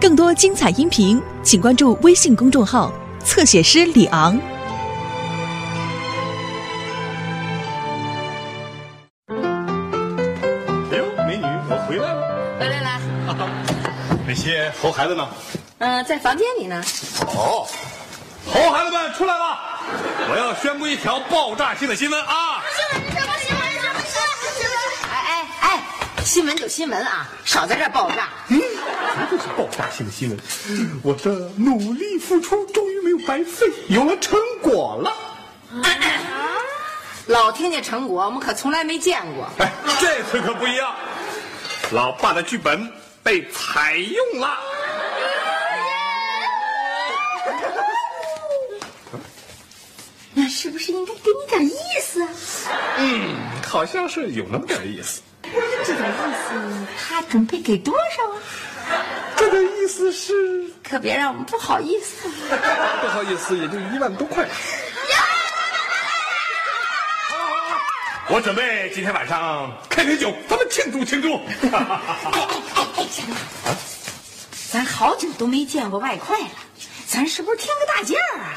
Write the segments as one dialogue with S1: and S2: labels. S1: 更多精彩音频，请关注微信公众号“侧写师李昂
S2: 哎呦，美女，我回来了！
S3: 回来了，
S2: 那些猴孩子呢？
S3: 嗯、在房间里呢。
S2: 哦，猴孩子们出来了！我要宣布一条爆炸性的新闻啊！
S3: 哎哎哎，新闻有新闻啊，少在这儿爆炸。
S2: 嗯这是爆炸性的新闻，我这努力付出终于没有白费，有了成果了！
S3: 老听见成果，我们可从来没见过。
S2: 哎，这次可不一样，老爸的剧本被采用了。
S3: 那是不是应该给你点意思啊？
S2: 好像是有那么点意思。
S3: 这点意思，他准备给多少啊？
S2: 这个意思是，
S3: 可别让我们不好意思。
S2: 不好意思，也就一万多块。 我准备今天晚上开瓶酒，咱们庆祝庆祝。
S3: 咱好久都没见过外快了，咱是不是添个大件儿啊？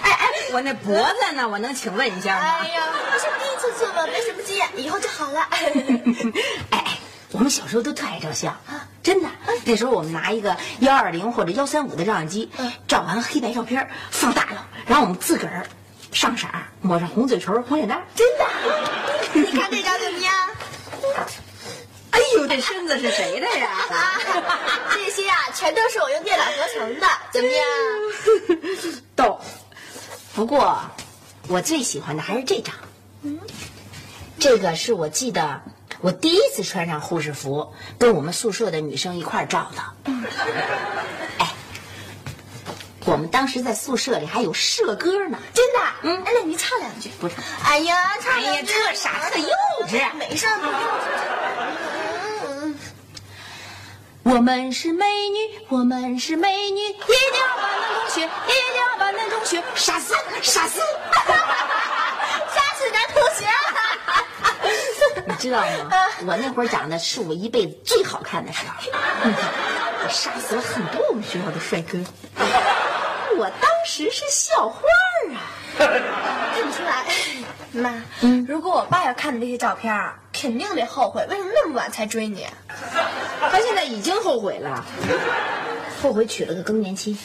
S3: 哎哎，我那脖子呢？我能请问一下吗？
S4: 哎呀，不是第一次做吧，没什么经验，以后就好 了。
S3: 哎，哎，我们小时候都特爱照相，真的。
S4: 嗯
S3: 那时候我们拿一个幺二零或者幺三五的照相机
S4: 嗯，
S3: 照完黑白照片放大了，然后我们自个儿上色儿，抹上红嘴唇、红脸蛋儿。
S4: 真的？你看这张怎么样？
S3: 哎呦，这身子是谁的呀？
S4: 啊，这些啊，全都是我用电脑合成的，怎么样？
S3: 逗。不过，我最喜欢的还是这张。这个是我记得我第一次穿上护士服，跟我们宿舍的女生一块儿照的。哎，
S4: 嗯
S3: 我们当时在宿舍里还有社歌呢。
S4: 真的？嗯，哎，那你唱两句。
S3: 不是，
S4: 哎呀，唱
S3: 哎呀，
S4: 两句。
S3: 特傻特幼稚。
S4: 没事儿吧？
S3: 我们是美女，我们是美女，一定要把男同学，
S4: 哎
S3: 一定要把男同学傻死傻死。
S4: 杀死男同学。啊
S3: 你知道吗？我那会儿长得是我一辈子最好看的时候，嗯我杀死了很多我们学校的帅哥，我当时是校花儿啊！
S4: 看不出来。嗯妈，如果我爸要看你这些照片啊，肯定得后悔，为什么那么晚才追你？啊
S3: 他现在已经后悔了，后悔娶了个更年期。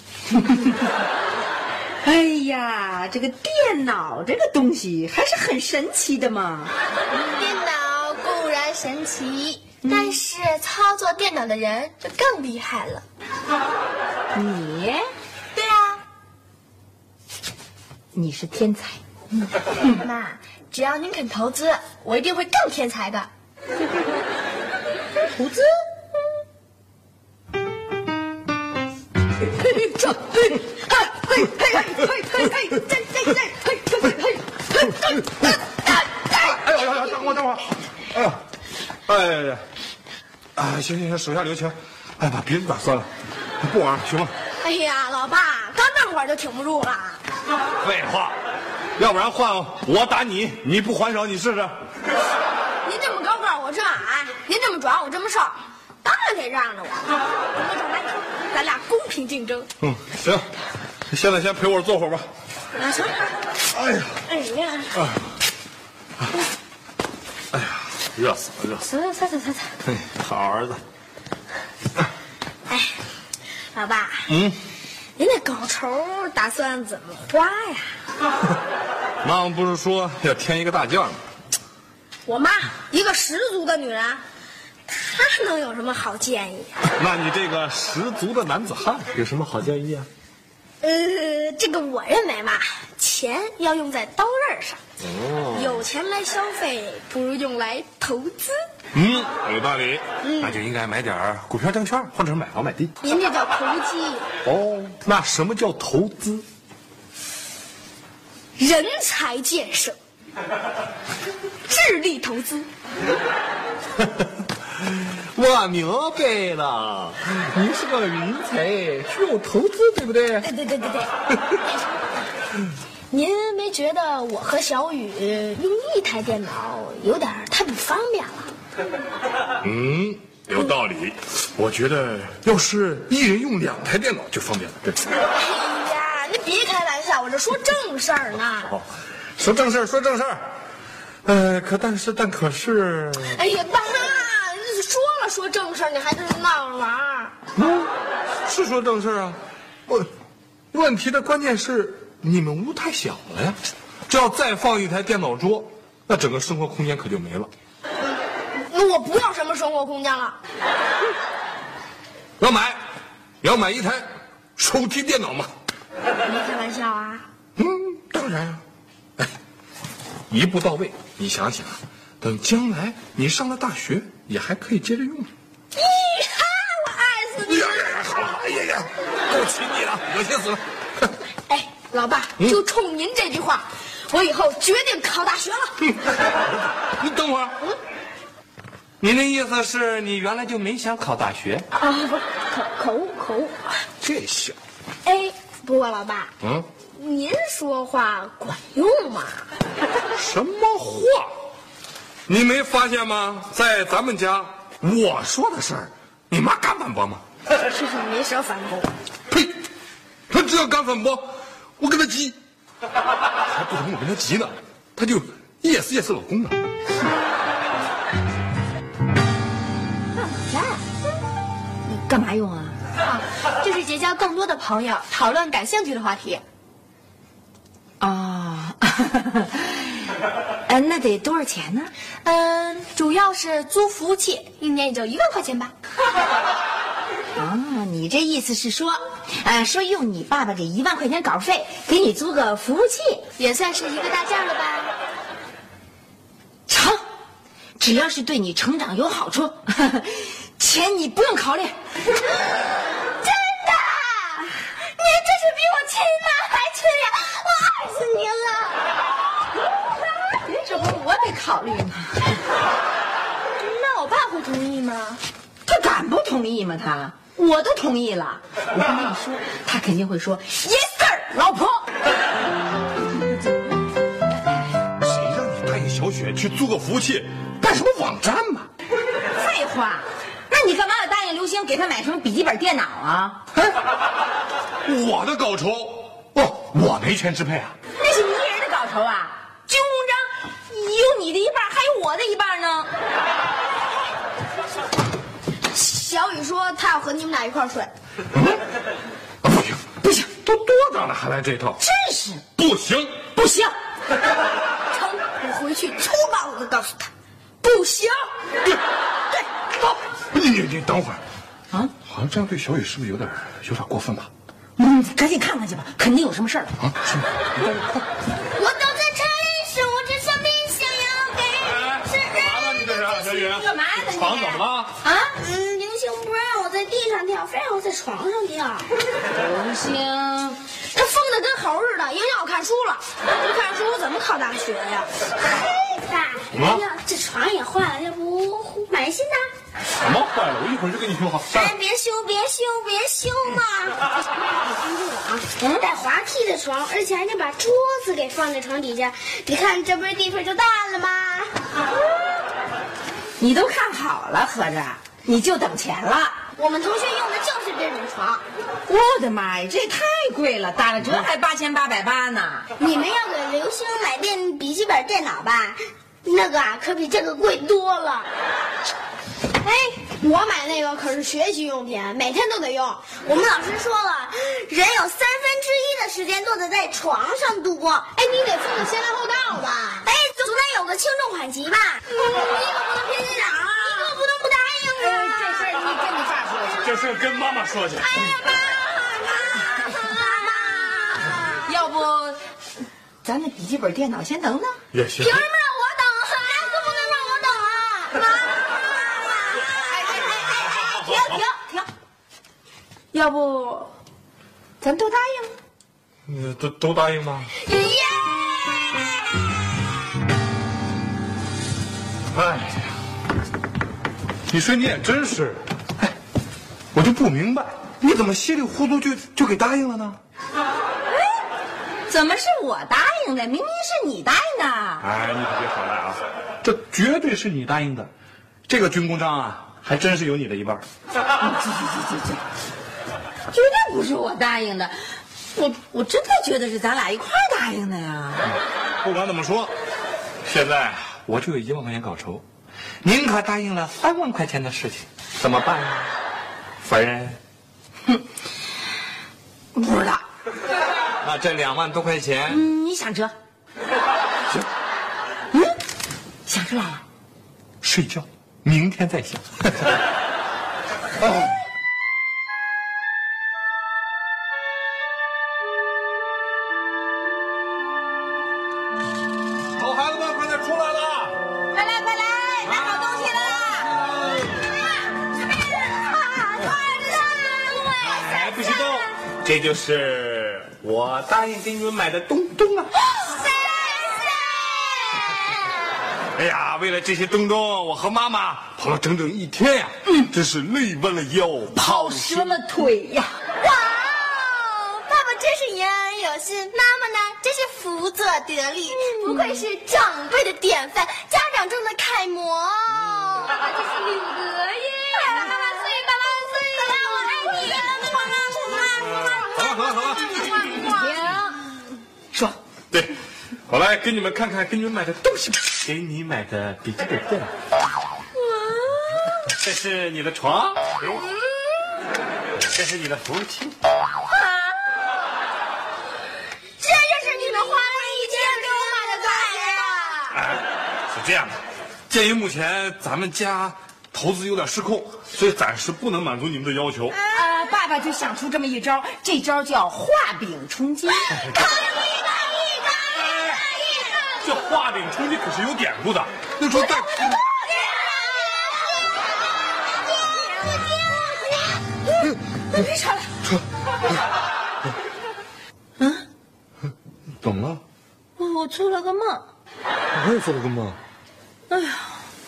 S5: 哎呀，这个电脑这个东西还是很神奇的嘛！
S4: 电脑固然神奇，但是操作电脑的人就更厉害了。
S3: 你，
S4: 对啊，
S3: 你是天才。
S4: 妈，只要您肯投资，我一定会更天才的。
S3: 投资？
S5: 这，嘿，嘿，嘿，嘿，嘿，嘿，这，这，这，嘿，嘿，嘿，嘿，
S2: 哎呦哎呦哎呦，等会儿等会儿，哎呦，哎呀呀，啊，行行行，手下留情，哎，把鼻子打酸了，不玩了，行吗？
S4: 哎呀，老爸，刚那会儿就挺不住了。
S2: 废话，要不然换我打你，你不还手，你试试。
S4: 您这么高个，我这么矮；您这么壮，我这么瘦，当然得让着我。我找男咱俩公平竞争。
S2: 嗯，行，现在先陪我坐会儿吧。
S4: 啊，行，
S2: 哎呀，
S4: 哎呀，
S2: 热死了，热死
S4: 走走走走走走。
S2: 了！哎，好儿子，
S4: 老爸，嗯，您那稿酬打算怎么花呀？
S2: 妈妈不是说要添一个大将吗？
S4: 我妈一个十足的女人，她能有什么好建议啊？
S2: 那你这个十足的男子汉有什么好建议啊？
S4: 呃，这个我认为嘛，钱要用在刀刃上，
S2: 哦，
S4: 有钱来消费不如用来投资。
S2: 嗯，有道理，那就应该买点儿股票、证券，或者是买房、买地。
S4: 您这叫投机，
S2: 哦，那什么叫投资？
S4: 人才建设，智力投资。
S2: 我明白了，你是个人才，是有投资，对不对？
S4: 对对对对对。 您没觉得我和小雨呃用一台电脑有点儿太不方便了？
S2: 嗯，有道理。我觉得要是一人用两台电脑就方便了，对。
S4: 哎呀，你别开玩笑，我这说正事儿呢。
S2: 好，说正事儿，说正事儿。呃，可但是但可是，
S4: 哎呀，爸，说了说正事儿，你还在这闹着玩儿。
S2: 嗯，是说正事儿啊。问问题的关键是你们屋太小了呀，这要再放一台电脑桌，那整个生活空间可就没了。
S4: 那我不要什么生活空间了。
S2: 要买，也要买一台手提电脑嘛。
S4: 没开玩笑啊。
S2: 嗯，当然啊。哎，一步到位，你想想啊，等将来你上了大学，也还可以接着用。
S4: 咦哈，哎我爱
S2: 哎
S4: 死你
S2: 呀！呀呀，好了，哎呀呀，够亲你了，恶心死了。
S4: 哎，老爸，就冲您这句话，我以后决定考大学了。
S2: 你等会儿，嗯
S6: 您的意思是你原来就没想考大学？
S4: 啊，不是，口口误口误。
S2: 这小
S4: 哎，不过老爸，
S2: 嗯，
S4: 您说话管用吗？
S2: 什么话？你没发现吗？在咱们家，我说的事儿，你妈敢反驳吗？
S4: 是是，没少反驳。
S2: 呸！他只要敢反驳，我跟他急，还不等我跟他急呢，他就 yes yes 老公呢。
S3: 干嘛用啊？
S4: 啊，这是结交更多的朋友，讨论感兴趣的话题。
S3: 啊、嗯，那得多少钱呢？
S4: 嗯，主要是租服务器，一年也就一万块钱吧。
S3: 啊，你这意思是说，呃，说用你爸爸这一万块钱稿费给你租个服务器，
S4: 也算是一个大件了吧？
S3: 成，只要是对你成长有好处，钱你不用考 虑。
S4: 真的，您啊这是比我亲妈还亲呀！我爱死您了。
S3: 这不是我得考虑吗？
S4: 那我爸会同意吗？
S3: 他敢不同意吗？他我都同意了。我跟他一说，他肯定会说 yes sir，老婆。
S2: 谁让你答应小雪去租个服务器，干什么网站嘛？
S3: 废话，那你干嘛要答应刘星给他买什么笔记本电脑啊？
S2: 我的稿酬，哦，我没权支配啊。
S3: 那是你一人的稿酬啊！军功章有你的一半，还有我的一半呢。
S4: 小雨说他要和你们俩一块儿睡。
S2: 嗯啊不行不行，都多大了还来这一套？
S3: 真是
S2: 不行，
S3: 不行！
S4: 成，我回去粗暴的告诉他，不行。
S2: 走。你你你等会儿，啊，好像这样对小雨是不是有点有点过分吧？
S3: 嗯，赶紧看看去吧，肯定有什么事儿了。
S2: 啊，是吗？
S4: 我都在超市，我这生病想
S2: 麻烦
S4: 要给
S2: 你这是啊小雨，
S4: 干嘛呢你
S2: 床怎么了？
S4: 啊？嗯，明星不让我在地上跳，非让我在床上跳。
S3: 刘星，
S4: 他疯的跟猴似的，影响我看书了。不看书我怎么考大学哎呀？嘿，爸，
S2: 么
S4: 哎呀，这床也坏了，要不买新的？
S2: 什么坏了？我一会儿就给你修好。
S4: 哎，别修，别修，别修 嘛！我哎听住了啊，带滑梯的床，而且还得把桌子给放在床底下。你看，这不是地方就大了吗？
S3: 你都看好了，合着你就等钱了。
S4: 我们同学用的就是这种床。
S3: 我的妈呀，这也太贵了，打了折还八千八百八呢。
S4: 你们要给刘星买电笔记本电脑吧，那个啊可比这个贵多了。哎，我买那个可是学习用品，啊每天都得用。我们老师说了，人有三分之一的时间都得在床上度过。哎，你得分个先来后到吧。嗯哎，总得有个轻重缓急吧。你可不能偏心啊！你可不能不答应啊！
S3: 事 你跟你爸说
S7: 这事跟妈妈说去。
S4: 哎呀妈妈妈妈！
S3: 要不咱那笔记本电脑先等等。
S2: 也行
S4: 凭什么让我等啊？可不能让我等啊！妈妈，
S3: 停停停！要不咱都答应？
S2: 你都都答应吗？
S4: 停停！耶！
S2: 哎呀，你说你也真是，哎，我就不明白，你怎么稀里糊涂就就给答应了呢？
S3: 怎么是我答应的？明明是你答应的。
S2: 哎，你可别耍赖啊！这绝对是你答应的，这个军功章啊，还真是有你的一半儿。
S3: 绝对不是我答应的，我我真的觉得是咱俩一块儿答应的呀。
S2: 不管怎么说，现在我就有一万块钱稿酬，
S7: 您可答应了三万块钱的事情，怎么办呀、凡人，
S3: 不知道，
S7: 那这两万多块钱，
S3: 嗯，你想辙。嗯，想出来了。
S7: 睡觉，明天再想。 哦
S2: 好孩子们，快点出来啦！
S3: 快来快来，拿好东西啦！
S7: 哎，不许动，这就是我答应给你们买的东东啊！哎呀，为了这些东东，我和妈妈跑了整整一天呀、嗯，真是累弯了腰，
S3: 跑折了腿呀！
S4: 哇哦，爸爸真是言而有信，妈妈呢真是辅佐得力，不愧是长辈的典范，家长中的楷模。爸爸真是柳德耶！爸爸万岁，爸爸万岁！我爱你，
S2: 好了好了好了，
S3: 说，
S2: 对，我来给你们看看给你们买的东西吧。给你买的笔记本电脑，
S7: 这是你的床，这是你的服务器，
S4: 这就是你们花了一天给我买
S2: 啊
S4: 的感
S7: 哎，是这样的，
S2: 鉴于目前咱们家投资有点失控，所以暂时不能满足你们的要求。
S3: 啊，爸爸就想出这么一招，这招叫画饼充饥。
S2: 这画饼充饥可是有典故的，那时候在。
S3: 别吵了，
S2: 懂了，
S3: 哦我做了个梦，
S2: 我也做了个梦，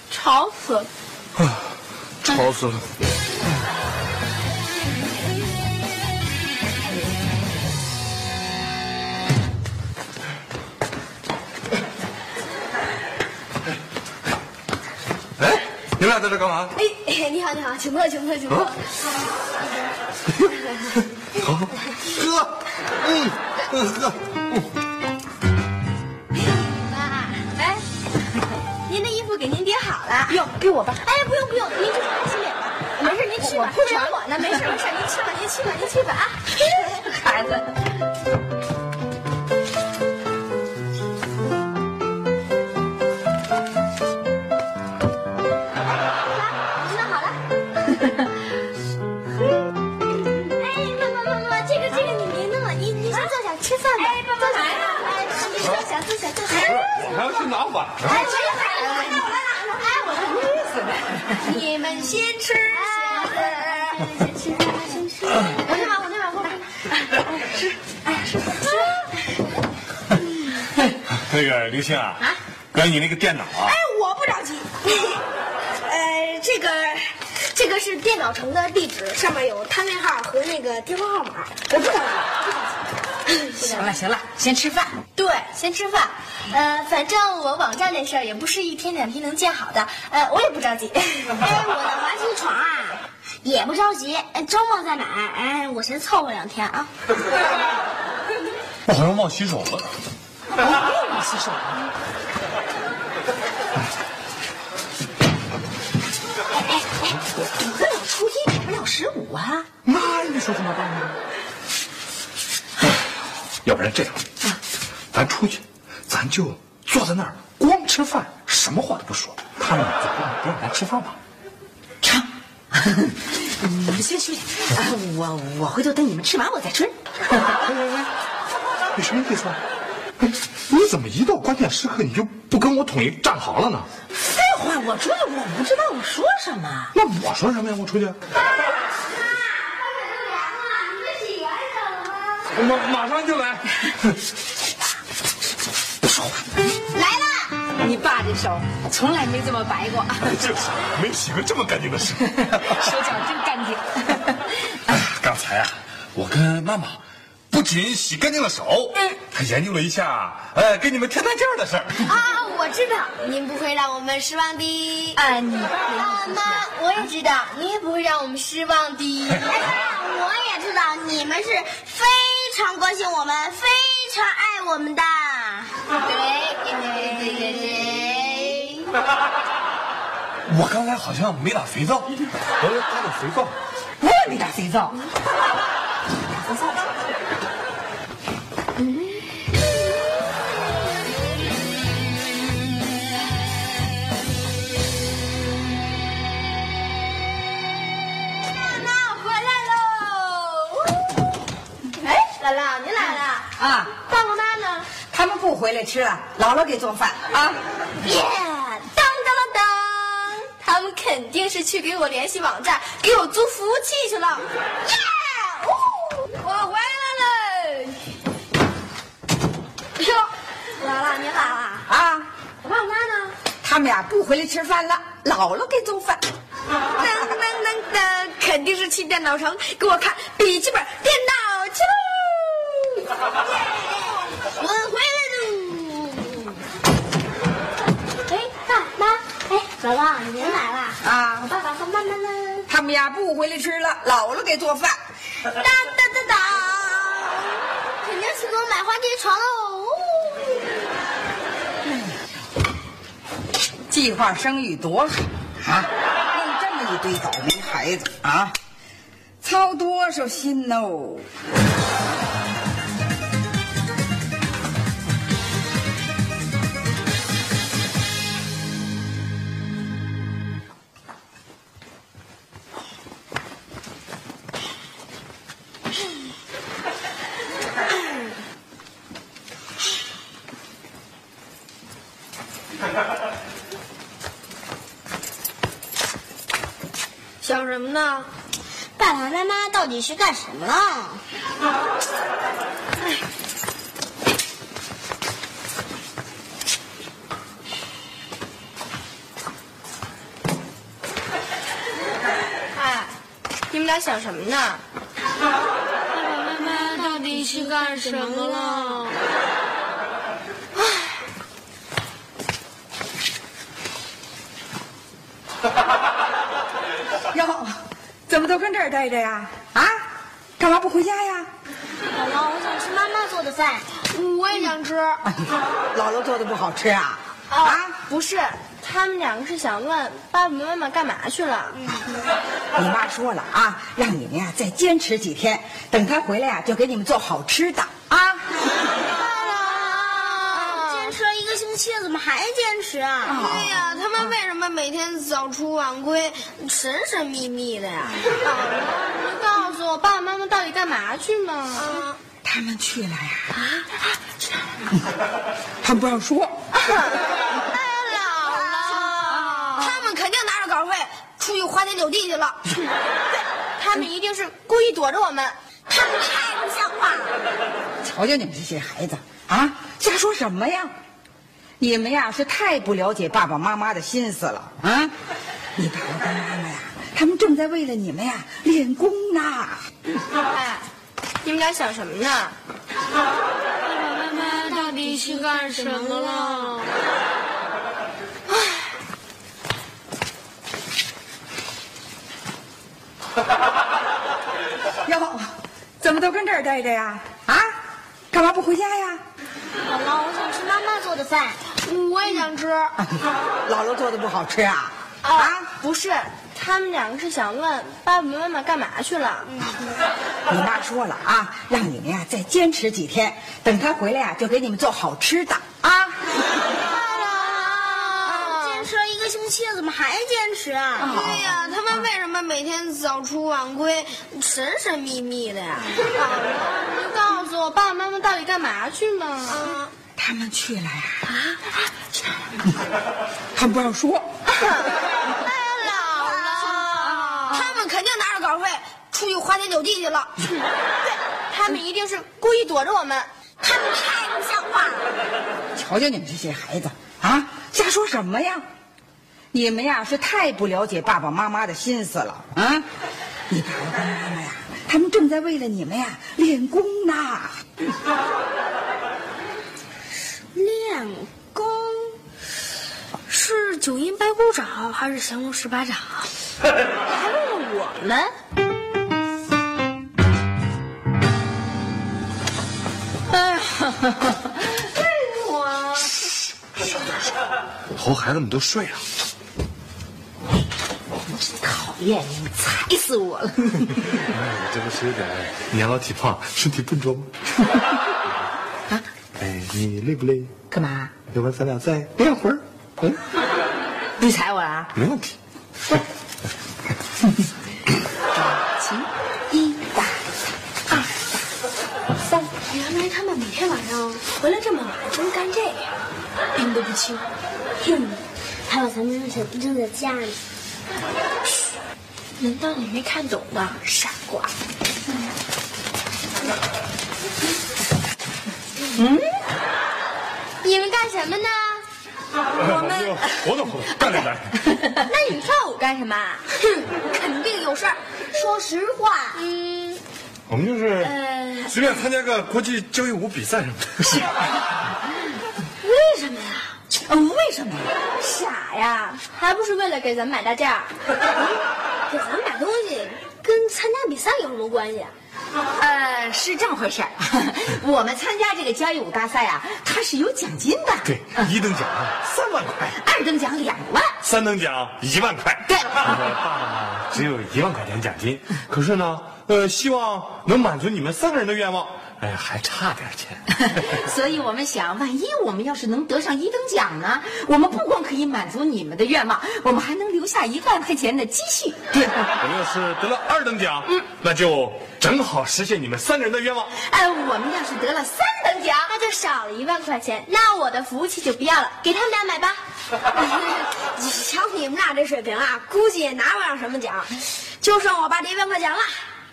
S3: 吵死了。
S2: 吵死了。哎，你们俩在这干嘛？
S4: 哎，你好，你好，请坐，请坐，请坐。
S2: 好，喝，嗯，嗯喝，
S4: 妈，哎，您的衣服给您叠好了。
S3: 哟，给我吧。
S4: 哎，不用不用，您就穿洗脸吧。没事，您去吧，不管我呢。没事没事，您去吧，您去吧，您去 吧啊。
S3: 孩子，
S4: 知道好了。哎，妈妈妈妈，这个这个你别弄了，你你先坐下吃饭吧。哎，爸爸来了。哎，你坐下坐下坐下。
S2: 我还要去拿碗呢。
S4: 哎，我也来了，我来了，哎，我来了。
S3: 你们先吃。
S4: 先吃，先吃。我那碗，我那碗，我那碗。
S2: 那个刘星啊，关于你那个电脑
S3: 哎
S2: 啊，
S4: 我不着急。呃，这个这个是电脑城的地址，上面有摊位号和那个电话号码。我不着急。
S3: 行了行了，先吃饭。
S4: 对，先吃饭。呃，反正我网站这事儿也不是一天两天能建好的，呃，我也不着急。哎，我的滑行床啊，也不着急，哎周末再买。哎，我先凑合两天啊。
S2: 我好像忘洗手了。
S8: 洗手。哎哎哎，
S4: 嗯
S8: 你问我初一，给不了十五啊？
S2: 那你说怎么办呢？要不然这样，咱出去，咱就坐在那儿光吃饭，什么话都不说。他们就不让不让咱吃 饭吧？
S3: 成，你们先休息，啊我我回头等你们吃完我再吃。
S2: 你什么意思啊？哎你怎么一到关键时刻你就不跟我统一战壕了呢？
S3: 废话，我出去我不知道我说什么。
S2: 那我说什么呀？我出去，马马上就来。
S3: 你爸这手从来没这么白过，
S2: 哎
S9: 就是没洗过这么干净的手。
S3: 手脚真干净。
S9: 刚才啊，我跟妈妈不仅洗干净了手，
S2: 哎
S9: 还研究了一下，呃，给你们添单件儿的事儿。
S4: 啊，我知道，您不会让我们失望的。
S3: 啊，你
S4: 妈妈，我也知道，你也不会让我们失望的。哎我也知道，你们是非常关心我们，非常爱我们的。对对对对对。
S9: 我刚才好像没打肥皂，
S2: 我要哎打点肥皂。
S3: 我也没打肥皂。
S4: 妈妈，我回来喽！哎，姥姥，您来了。
S3: 啊，
S4: 爸爸妈妈呢？
S3: 他们不回来吃了，姥姥给做饭啊。
S4: 耶！当当当当，他们肯定是去给我联系网站，给我租服务器去了。耶！哦，我回来了。哟，姥姥你好啊！
S3: 啊，
S4: 我爸妈呢？
S3: 他们俩不回来吃饭了，姥姥给做饭。
S4: 当当当当，肯定是去电脑城给我看笔记本电脑去喽。我回来喽。哎，爸妈，哎，姥姥您来啦！
S3: 啊，
S4: 爸爸和妈妈呢？
S3: 他们俩不回来吃了，姥姥给做饭。
S4: 当当当当，肯定是给我买花叠床哦喽。
S3: 计划生育多好啊！弄这么一堆倒霉孩子啊，操多少心哦！
S4: 想什么呢？爸爸妈妈到底是干什么了？哎，你们俩想什么呢？爸爸妈妈到底是干什么了？
S3: 哟，怎么都跟这儿待着呀？啊，干嘛不回家呀？
S4: 姥姥，我想吃妈妈做的饭。嗯我也想吃。
S3: 姥姥做的不好吃啊？
S4: 啊
S3: 啊，，
S4: 不是，他们两个是想问爸爸妈妈干嘛去了。
S3: 你妈说了啊，让你们呀、再坚持几天，等她回来呀、就给你们做好吃的啊。
S4: 坚持了一个星期，怎么还坚持啊？对呀、他们为什么每天早出晚归，神神秘秘的呀？啊你告诉我，爸爸妈妈到底干嘛去呢？
S3: 他们去了呀？啊， 他们不让说。
S4: 哎，姥姥，他们肯定拿着稿费出去花天酒地去了。对， 他们一定是故意躲着我们。他们太不像话了。
S3: 瞧瞧你们这些孩子啊，瞎说什么呀？你们呀是太不了解爸爸妈妈的心思了啊！你爸爸跟妈妈呀，他们正在为了你们呀练功呢。
S4: 哎，你们俩想什么呢？爸爸妈妈到底是干什么了？唉，
S3: 哟，怎么都跟这儿待着呀？啊，干嘛不回家呀？
S10: 姥姥，我想吃妈妈做的饭。嗯我也想吃。
S3: 姥姥做的不好吃啊？
S4: 啊，不是，他们两个是想问爸爸妈妈干嘛去了。
S10: 嗯
S3: 你妈说了啊，让你们呀再坚持几天，等她回来呀、就给你们做好吃的啊。
S10: 啊
S4: 坚持了一个星期了，怎么还坚持啊？
S10: 对呀、他们为什么每天早出晚归，神神秘秘的呀？
S4: 啊你告诉我，爸爸妈妈到底干嘛去嘛？
S10: 啊
S3: 他们去了呀？啊， 他们不让说。
S10: 他们肯定拿着稿费出去花天酒地去了。
S4: 他们一定是故意躲着我们。
S10: 他们太不像话了。
S3: 瞧瞧你们这些孩子啊，瞎说什么呀？你们呀是太不了解爸爸妈妈的心思了啊！你爸爸妈妈呀，他们正在为了你们呀练功呢。
S4: 练功是九阴白骨爪还是降龙十八掌？
S11: 我们
S10: 哎
S2: 猴孩子们都睡了。
S11: 讨厌你，踩死我了！
S2: 哎这不是有点年老体胖，身体笨拙 吗？哎，你累不累？
S11: 干嘛？
S2: 要不然咱俩再练会儿？嗯，
S11: 你踩我啊？
S2: 没问题。
S4: 哦原来他们每天晚上回来这么晚，真干这个呀？病都不轻。哼，
S10: 还有咱们正正在家呢。
S4: 难道你没看懂吗，傻瓜？嗯
S10: 你们干什么呢？
S2: 我 们活动活动，干点来。
S4: 那你们跳舞干什么？啊哼，肯定有事儿。
S10: 说实话，嗯，
S2: 我们就是
S4: 呃
S2: 随便参加个国际交谊舞比赛什么的。
S4: 为什么呀？
S3: 呃，为什么呀？
S4: 傻呀，还不是为了给咱们买大件儿。
S10: 嗯给咱买东西跟参加比赛有什么关系啊？
S11: 呃，是这么回 事儿。我们参加这个交谊舞大赛啊，它是有奖金的。
S2: 对，一等奖三万块，
S11: 二等奖两万。
S2: 三等奖一万块。
S11: 对，
S2: 只有一万块钱奖金，可是呢，呃，希望能满足你们三个人的愿望。哎呀，还差点钱。
S11: 所以我们想，万一我们要是能得上一等奖呢，我们不光可以满足你们的愿望，我们还能留下一万块钱的积蓄。
S2: 对，我们要是得了二等奖，那就正好实现你们三个人的愿望。
S11: 哎，我们要是得了三等奖，
S4: 那就少了一万块钱，那我的服务器就不要了，给他们俩买 吧。
S10: 瞧你们俩这水平啊，估计也拿不上什么奖，就剩我爸这一万块钱了，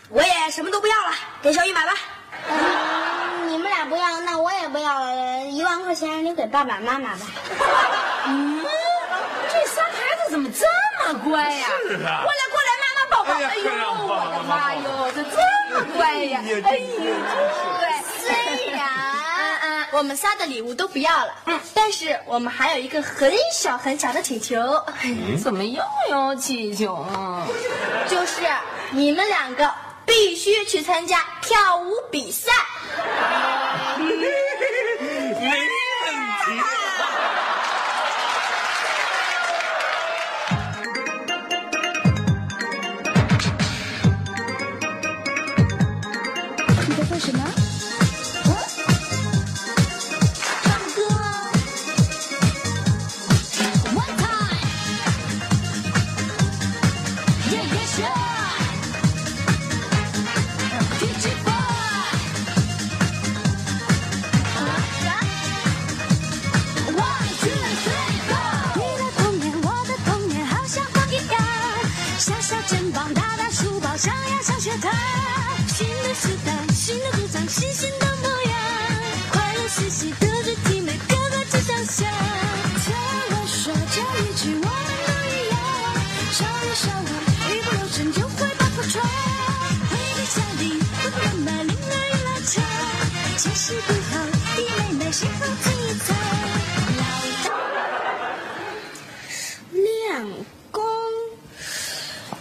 S10: 我也什么都不要了，给小雨买吧。
S4: 嗯，你们俩不要，那我也不要了。一万块钱留给爸爸妈妈吧。嗯
S11: 这仨孩子怎么这么乖呀、
S2: 是啊
S11: 过来过来，妈妈抱抱。
S2: 哎呀
S11: 哎呦，
S2: 快让我
S11: 我
S2: 抱抱
S11: 的
S4: 哎
S11: 妈哟，这这么乖呀！
S2: 哎呀
S11: 哎呦，对，
S4: 虽然，嗯嗯，我们仨的礼物都不要了，嗯，但是我们还有一个很小很小的请求，嗯
S11: 怎么又有气球啊？
S4: 就是你们两个必须去参加跳舞比赛。
S2: 没问题。
S12: 你的童年，我的童年，好像光一样。小小肩膀，大大书包，上呀上学堂。新的时代，新的鼓掌，新新的模样。快乐学习，德智体美，个个志向想。听我说这一句，我们都一样。少年少我，一不留神就会把破窗。回到家里，爸爸妈妈铃儿一拉长，解释不好，爷奶奶谁会记得？老大。
S4: 练功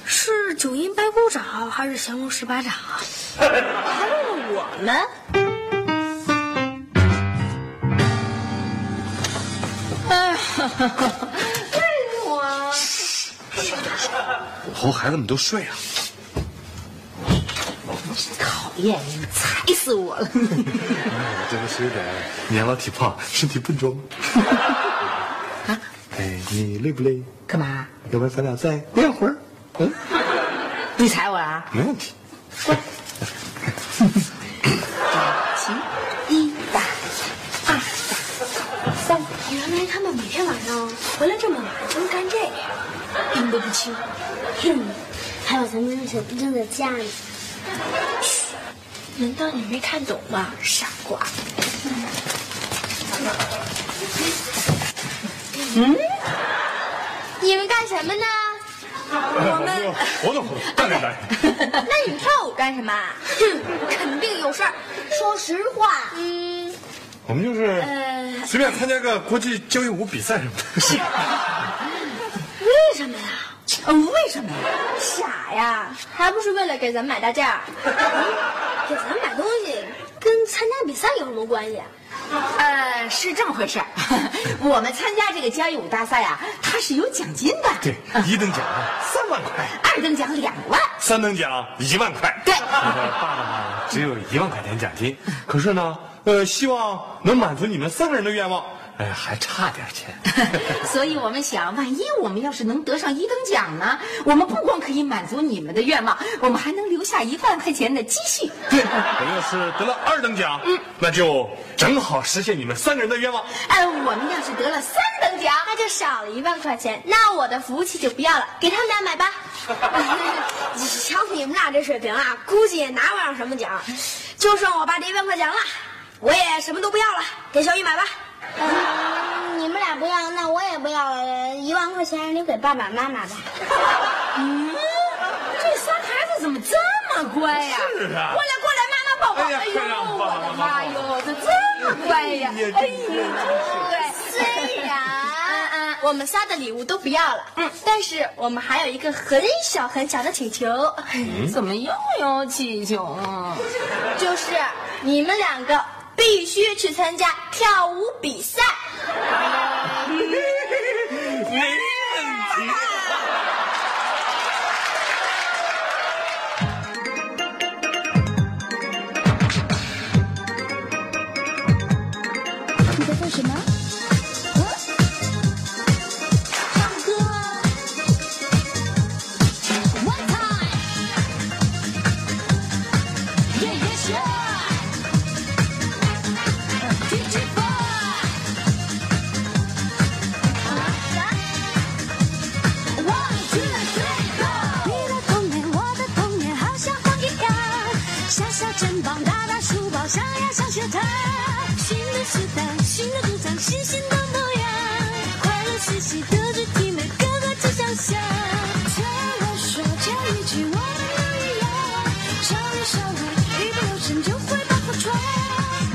S4: 是九
S13: 主阴白骨爪还是降龙十八掌啊？
S14: 还问问我们？
S2: 猴孩子们都睡了，
S14: 讨厌，你踩死我了！
S2: 哎我真的是有点年老体胖，身体笨重。 哎，你累不累？
S14: 干嘛？
S2: 要不然咱俩再练会儿？嗯，
S14: 你踩我啊？
S2: 没问题。
S14: 行，一打
S13: 原来他们每天晚上回来这么晚都干这个，阴都不清。
S4: 哼，还有咱们扔在扔在家里。
S13: 难道你没看懂吗，傻瓜？
S4: 你们干什么呢？
S2: 我们活动活动，大点来。
S4: 那你们跳舞干什么？哼，肯定有事儿。说实话，嗯，
S2: 我们就是随便参加个国际交谊舞比赛什么的。
S4: 为什么呀？
S3: 嗯，为什么呀？
S4: 傻呀，还不是为了给咱们买大 件儿、嗯给咱们买东西跟参加比赛有什么关系？
S3: 呃，是这么 回事儿。我们参加这个交谊舞大赛啊，它是有奖金的，
S2: 对，一等奖啊三万块，
S3: 二等奖两万。
S2: 三等奖一万块。
S3: 对，
S2: 爸爸只有一万块钱奖金，可是呢，呃，希望能满足你们三个人的愿望。哎，还差点钱。
S3: 所以我们想，万一我们要是能得上一等奖呢，我们不光可以满足你们的愿望，我们还能留下一万块钱的积蓄。
S2: 对，我要是得了二等奖，那就正好实现你们三个人的愿望。
S3: 哎、我们要是得了三等奖，
S4: 那就少了一万块钱，那我的服务器就不要了，给他们俩 买吧。瞧你们俩这水平啊，估计也拿不上什么奖，就剩我爸这一万块钱了，我也什么都不要了，给小雨买吧。
S13: 嗯，你们俩不要，那我也不要了。一万块钱留给爸爸妈妈吧。
S4: 嗯
S3: 这仨孩子怎么这么乖呀、
S2: 是啊
S3: 过来过来，妈妈抱抱。
S2: 哎呀快让
S3: 呦，
S2: 爸爸
S3: 我的
S2: 抱抱
S4: 哎
S3: 妈哟，这这么乖呀！
S2: 你也真
S3: 哎呀，
S4: 虽然我们仨的礼物都不要了，嗯，但是我们还有一个很小很小的请求，
S3: 怎么又有气球啊？
S4: 就是你们两个必须去参加跳舞比赛。
S2: 没问题。
S15: 你在做什么？嗯，唱歌啊。One time. Yeah yeah sure. DJ boy. One two three go. 你的童年，我的童年，好像黄金缸，小小城堡，大大书包，上呀上学堂，寻着时代，寻着鼓掌，新鲜的模样，快乐学习，德智体美，个个志向想。对我说这一句，我们都一样，少年少女，一不留神就会把火闯，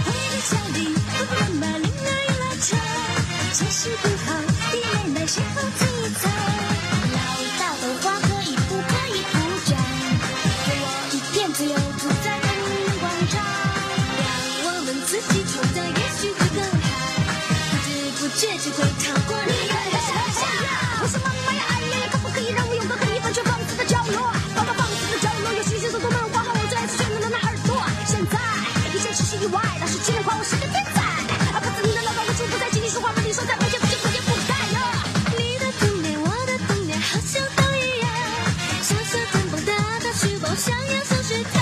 S15: 回到家里，爸爸妈妈铃儿一拉长，这是不好，弟妹妹谁负最惨？老道的花可以不可以不长？给我一片自由，住在人民广场。让我们自己创造，也许会更好。不知不觉就会超过你的想象。我说妈妈呀，哎呀呀，可不可以让我有个可以完全放肆的角落？放到放肆的角落，有新鲜的动漫，画好我最爱吃炫的那耳朵。现在一切只是意外，老师竟然夸我是个天才。啊，不自你的老板，我就不再听你说话吧，你说再抱歉，不就不就不该了。你的童年，我的童年，好像都一样。小小城堡，大大书包，上呀上学堂。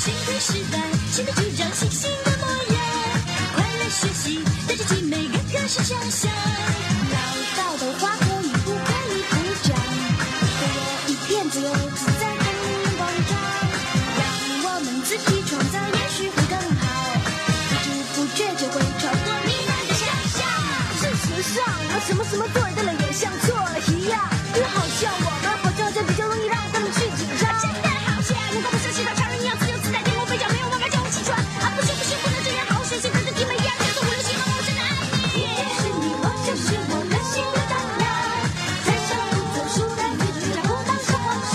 S15: 新的时代，新的主张，新新的模样。快乐学习，带着体美，个个是强项。老道的花可以不可以不长？给我一片自由自在的广场，让我们自己创造，也许会更好。不知不觉就会超过你们的想象。事实上，我什么什么对的了，也像错了一样。因为好像我们活着就比较容易让他们去紧张。真的好险，能够不像寻找常人一样自由自在，天空飞翔，没有妈妈叫我起床。啊，不行不行，不能这样，好好学习，跟着弟妹一样，别做无流行，妈妈我真的爱你。你就是你，我就是我，人心的荡漾。在上路走，树在自己脚步当上皇上。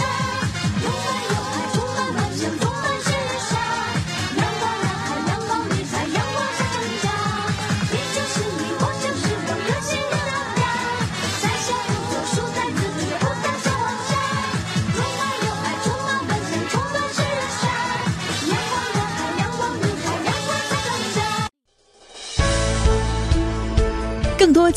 S1: 更多